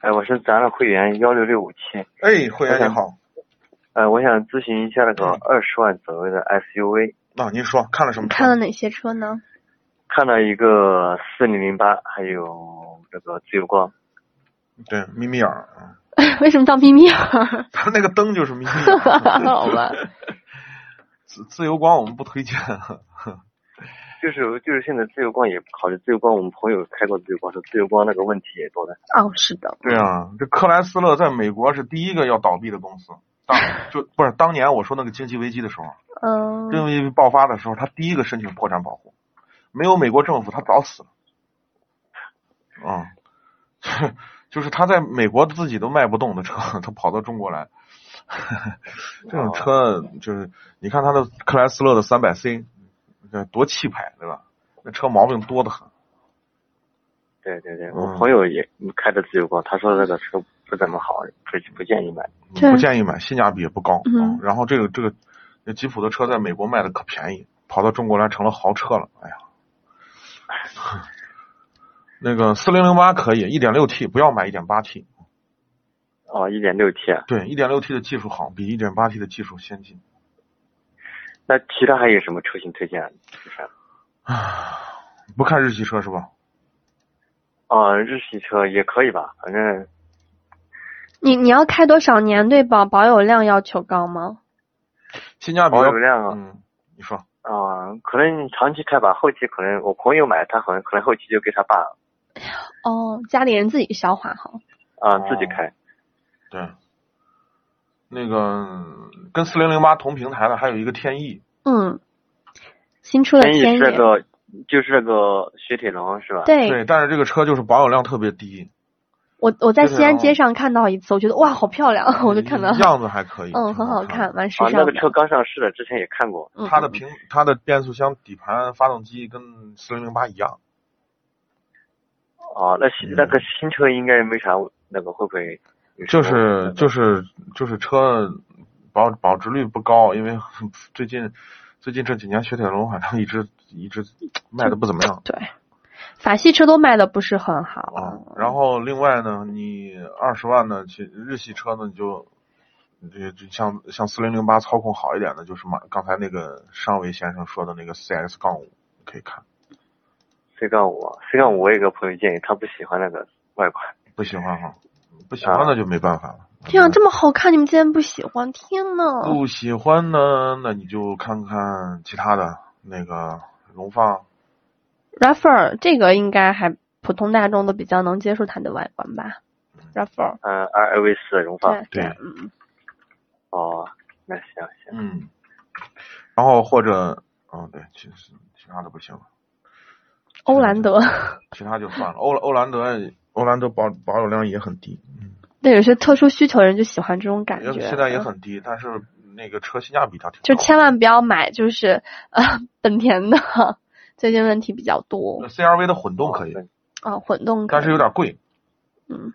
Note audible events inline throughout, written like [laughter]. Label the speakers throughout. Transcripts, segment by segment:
Speaker 1: 哎，我是咱的会员幺六六五七，
Speaker 2: 哎，会员你好，
Speaker 1: 呃，我想咨询一下那个
Speaker 2: 嗯
Speaker 1: 二十万左右的 SUV，
Speaker 2: 那、哦您说看了什么车？
Speaker 3: 看了哪些车呢？
Speaker 1: 看到一个四零零八，还有这个自由光，
Speaker 2: 对，眯眯眼儿， [laughs] 嗯
Speaker 3: [laughs] 为什么叫咪咪 [laughs] 儿？
Speaker 2: 它那个灯就是眯眯眼
Speaker 3: [laughs]
Speaker 2: 儿。
Speaker 3: 好吧，
Speaker 2: 自自由光我们不推荐。
Speaker 1: 就是就是现在自由光也不考虑自由光，我们朋友开过自由光，说自由光那个问题也多的。
Speaker 3: 哦，是的，
Speaker 2: 对啊，这克莱斯勒在美国是第一个要倒闭的公司。当就不是当年我说那个经济危机的时候，啊
Speaker 3: 嗯，
Speaker 2: 经济危机爆发的时候，他第一个申请破产保护，没有美国政府，他早死了。嗯， [laughs] 就是他在美国自己都卖不动的车，他跑到中国来， [laughs] 这种车就是你看他的克莱斯勒的三百 C，这多气派，对吧？那车毛病多得很。
Speaker 1: 对对对，我
Speaker 2: 嗯
Speaker 1: 朋友也开的自由光，他说那个车不怎么好，不不建议买。
Speaker 3: 对
Speaker 2: 嗯不建议买，性价比也不高。
Speaker 3: 嗯
Speaker 2: 然后这个这个这吉普的车在美国卖的可便宜，跑到中国来成了豪车了。哎呀， [laughs] 那个四零零八可以，一点六 T 不要买一点八 T，
Speaker 1: 哦，一点六 T，啊，
Speaker 2: 对，一点六 T 的技术好，比一点八 T 的技术先进。
Speaker 1: 那其他还有什么车型推荐？啊就是
Speaker 2: 不看日系车是吧？
Speaker 1: 啊，日系车也可以吧，反正
Speaker 3: 你你要开多少年？对保保有量要求高吗？
Speaker 2: 性价比
Speaker 1: 保
Speaker 2: 要
Speaker 1: 有量啊。
Speaker 2: 嗯，你说
Speaker 1: 啊、可能长期开吧，后期可能我朋友买，他可能可能后期就给他爸
Speaker 3: 哦，家里人自己消化哈。
Speaker 1: 啊、
Speaker 2: 哦
Speaker 1: 自己开。
Speaker 2: 对。那个跟四零零八同平台的还有一个天翼，
Speaker 3: 嗯，新出的
Speaker 1: 意
Speaker 3: 天
Speaker 1: 是
Speaker 3: 野，
Speaker 1: 那个就是那个雪铁龙是吧？啊
Speaker 3: 对
Speaker 2: 对，但是这个车就是保有量特别低，
Speaker 3: 我我在
Speaker 2: 就是
Speaker 3: 西安
Speaker 2: 哦
Speaker 3: 街上看到一次，我觉得哇，好漂亮， [laughs] 我就看到，
Speaker 2: 样子还可以，
Speaker 3: 嗯，
Speaker 2: 挺
Speaker 3: 很好
Speaker 2: 看的
Speaker 3: 看，蛮时
Speaker 1: 啊，
Speaker 3: 尚
Speaker 1: 那
Speaker 3: 的。
Speaker 1: 个车刚上市了，之前也看过。
Speaker 3: 嗯
Speaker 2: 它的平它的变速箱、底盘、发动机跟四零零八一样，
Speaker 1: 啊，那新、
Speaker 2: 嗯
Speaker 1: 那个新车应该没啥那个，会不会有什
Speaker 2: 就
Speaker 1: 么？
Speaker 2: 是就是就是车保保值率不高，因为 [laughs] 最近最近这几年雪铁龙好像一直一直卖的不怎么样
Speaker 3: 对，法系车都卖的不是很好
Speaker 2: 啊。然后另外呢，你二十万呢，其日系车呢你就。你就就像像四零零八操控好一点的，就是马刚才那个上位先生说的那个 CX 杠五，可以看，
Speaker 1: C 杠五，C 啊杠五，我有个朋友建议，他不喜欢那个外观。
Speaker 2: 不喜欢哈，不喜欢那就没办法了。
Speaker 3: 天啊，这么好看，你们竟然不喜欢？天呐！
Speaker 2: 不喜欢呢，那你就看看其他的那个荣放，
Speaker 3: r a f a 这个应该还普通大众都比较能接受它的外观吧 r a f a
Speaker 1: 嗯、r LV 四荣放。
Speaker 3: 对
Speaker 2: 对
Speaker 3: 嗯，
Speaker 1: 哦，那行行。
Speaker 2: 嗯，然后或者，嗯，对，其实其他的不行了，
Speaker 3: 欧蓝德， [laughs]
Speaker 2: 其他就算了。欧欧蓝德，欧蓝德保保有量也很低，
Speaker 3: 对，有些特殊需求人就喜欢这种感
Speaker 2: 也
Speaker 3: 觉。啊
Speaker 2: 现在也很低，但是那个车性价比它挺高的。
Speaker 3: 就千万不要买，就是呃 [laughs] 本田的，最近问题比较多
Speaker 2: 那 CRV 的混哦动可以，
Speaker 3: 啊、混动可以。
Speaker 2: 但是有点贵。
Speaker 3: 嗯，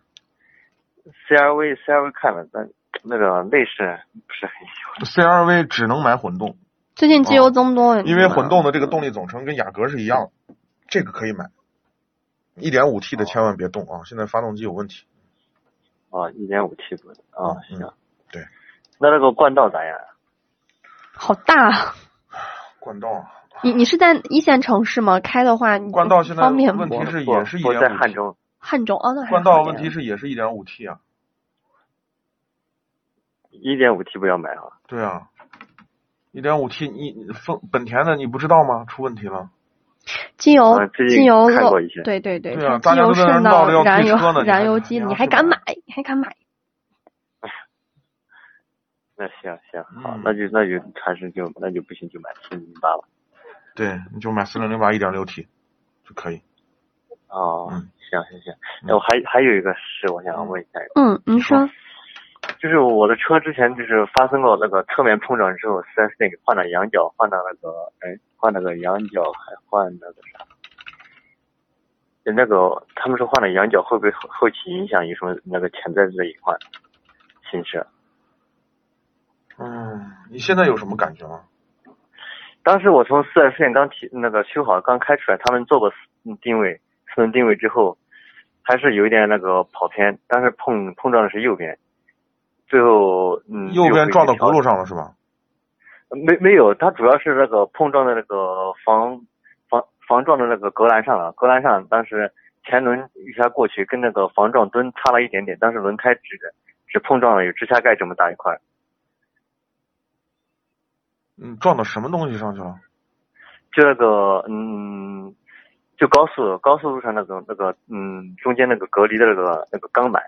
Speaker 1: CRV CRV 看了，但那个内饰不是很喜欢。
Speaker 2: CRV 只能买混动，
Speaker 3: 最近机油增多、
Speaker 2: 哦因为混动的这
Speaker 3: 嗯
Speaker 2: 个动力总成跟雅阁是一样的，这个可以买。一点五 T 的千万别动啊，现在发动机有问题。
Speaker 1: 哦，一点五 T 不哦，
Speaker 2: 嗯
Speaker 1: 行、
Speaker 2: 对。
Speaker 1: 那那个冠道咋样？
Speaker 3: 好大啊。
Speaker 2: 冠道啊。
Speaker 3: 你你是在一线城市吗？开的话，你
Speaker 2: 冠道现在
Speaker 3: 方便不
Speaker 2: 问？题是
Speaker 1: 我
Speaker 2: 也是一
Speaker 1: 我
Speaker 2: 点
Speaker 1: 在
Speaker 2: 五
Speaker 1: 汉
Speaker 2: T，
Speaker 1: 中。
Speaker 3: 汉中哦，那还
Speaker 2: 冠
Speaker 3: 好
Speaker 2: 道
Speaker 3: 一
Speaker 2: 问
Speaker 3: 点
Speaker 2: 题是也是一点五 T 啊，
Speaker 1: 一点五 T 不要买哈。
Speaker 2: 对啊，一点五 T 你你丰本田的你不知道吗？出问题了，
Speaker 3: 机油
Speaker 1: 啊最近
Speaker 3: 机油
Speaker 1: 看
Speaker 3: 漏
Speaker 1: 过一些
Speaker 3: 对对对
Speaker 2: 对啊
Speaker 3: 它
Speaker 2: 大
Speaker 3: 机
Speaker 2: 家
Speaker 3: 油
Speaker 2: 都在那儿
Speaker 3: 渗
Speaker 2: 闹着
Speaker 3: 到
Speaker 2: 要
Speaker 3: 燃
Speaker 2: 退
Speaker 3: 油
Speaker 2: 车呢你
Speaker 3: 燃
Speaker 2: 还
Speaker 3: 油
Speaker 2: 敢
Speaker 3: 机里，
Speaker 2: 你
Speaker 3: 你
Speaker 2: 还
Speaker 3: 还
Speaker 2: 去
Speaker 3: 敢
Speaker 2: 买
Speaker 3: 买？你还敢买？
Speaker 1: 那行行好，
Speaker 2: 嗯
Speaker 1: 那就那就还是就那就不行就买四零零八吧。
Speaker 2: 对，你就买四零零八一点六 T 就可以。
Speaker 1: 啊、哦，
Speaker 2: 嗯
Speaker 1: 行行行，哎那我还还有一个事，我想问一下，
Speaker 3: 嗯，您说，
Speaker 1: 就是我的车之前就是发生过那个侧面碰撞之后，四 S 店给换了羊角，换了那个哎，换了个羊角，还换那个啥，就那个他们说换了羊角会不会后后期影响于什么那个潜在的隐患？行驶？
Speaker 2: 嗯，你现在有什么感觉吗？
Speaker 1: 当时我从四 S 店刚提那个修好刚开出来，他们做过四嗯定位，四轮定位之后，还是有一点那个跑偏，当时碰碰撞的是右边，最后嗯
Speaker 2: 右边撞到轱辘
Speaker 1: 上，
Speaker 2: 上了是吧？
Speaker 1: 没没有，它主要是那个碰撞的那个防防防撞的那个隔栏上了，隔栏上当时前轮一下过去，跟那个防撞墩差了一点点，当时轮胎只只碰撞了有支架盖这么大一块，
Speaker 2: 嗯，撞到什么东西上去了？
Speaker 1: 就那个嗯，就高速高速路上那个那个嗯，中间那个隔离的那个那个钢板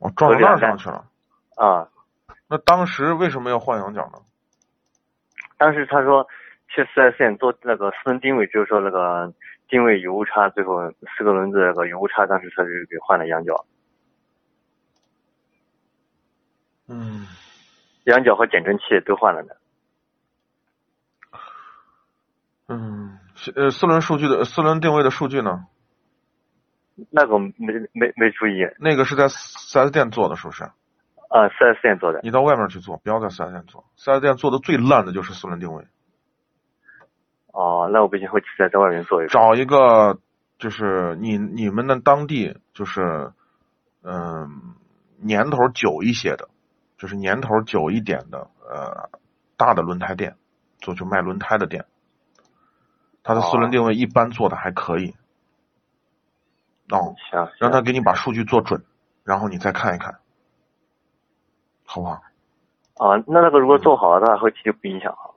Speaker 2: 我哦撞到那
Speaker 1: 有
Speaker 2: 儿
Speaker 1: 点
Speaker 2: 上去了。
Speaker 1: 啊。
Speaker 2: 那当时为什么要换羊角呢？
Speaker 1: 当时他说去四 S 店做那个四轮定位，就是说那个定位有误差，最后四个轮子那个有误差，当时他就给换了羊角，
Speaker 2: 嗯，
Speaker 1: 羊角和减震器都换了的。
Speaker 2: 嗯，呃，四轮数据的四轮定位的数据呢？
Speaker 1: 那个没没没注意
Speaker 2: 那个是在四 S 店做的，是不是？
Speaker 1: 啊，四 S 店做的
Speaker 2: 你到外面去做，不要在四 S 店做。四 S 店做的最烂的就是四轮定位，
Speaker 1: 哦，那我不行，后期再在外面做一个。
Speaker 2: 找一个就是你你们的当地就是嗯、年头久一些的，就是年头久一点的呃大的轮胎店，做就卖轮胎的店，它的四轮定位一般做的还可以。哦，
Speaker 1: 行，行
Speaker 2: 让他给你把数据做准，然后你再看一看，好不好？
Speaker 1: 啊，那那个
Speaker 2: 嗯
Speaker 1: 如果做好了的话，后期就不影响了。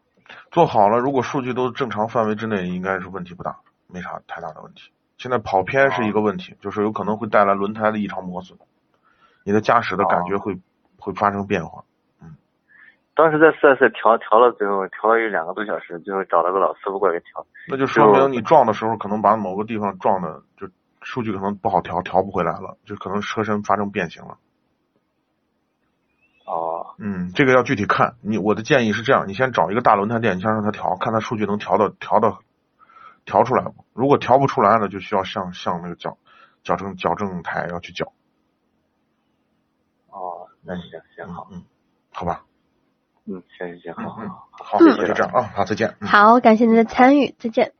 Speaker 2: 做好了，如果数据都正常范围之内，应该是问题不大，没啥太大的问题。现在跑偏是一个问题，就是有可能会带来轮胎的异常磨损，你的驾驶的感觉会、会发生变化。
Speaker 1: 当时在四 S 店调调了，最后调了有两个多小时，最后找了个老师傅过来给调。
Speaker 2: 那就说
Speaker 1: 就
Speaker 2: 明你撞的时候可能把某个地方撞的，就数据可能不好调，调不回来了，就可能车身发生变形了。
Speaker 1: 哦，
Speaker 2: 嗯，这个要具体看。你我的建议是这样，你先找一个大轮胎店，你先让他调，看他数据能调到调到调出来不？如果调不出来呢，就需要向向那个矫矫正矫正台要去矫。
Speaker 1: 哦，那行行好，
Speaker 2: 嗯，好吧，
Speaker 1: 嗯，行行行好好。好
Speaker 2: 好，
Speaker 1: 嗯
Speaker 2: 那就这样啊，好，再见。嗯
Speaker 3: 好，感谢您的参与，再见。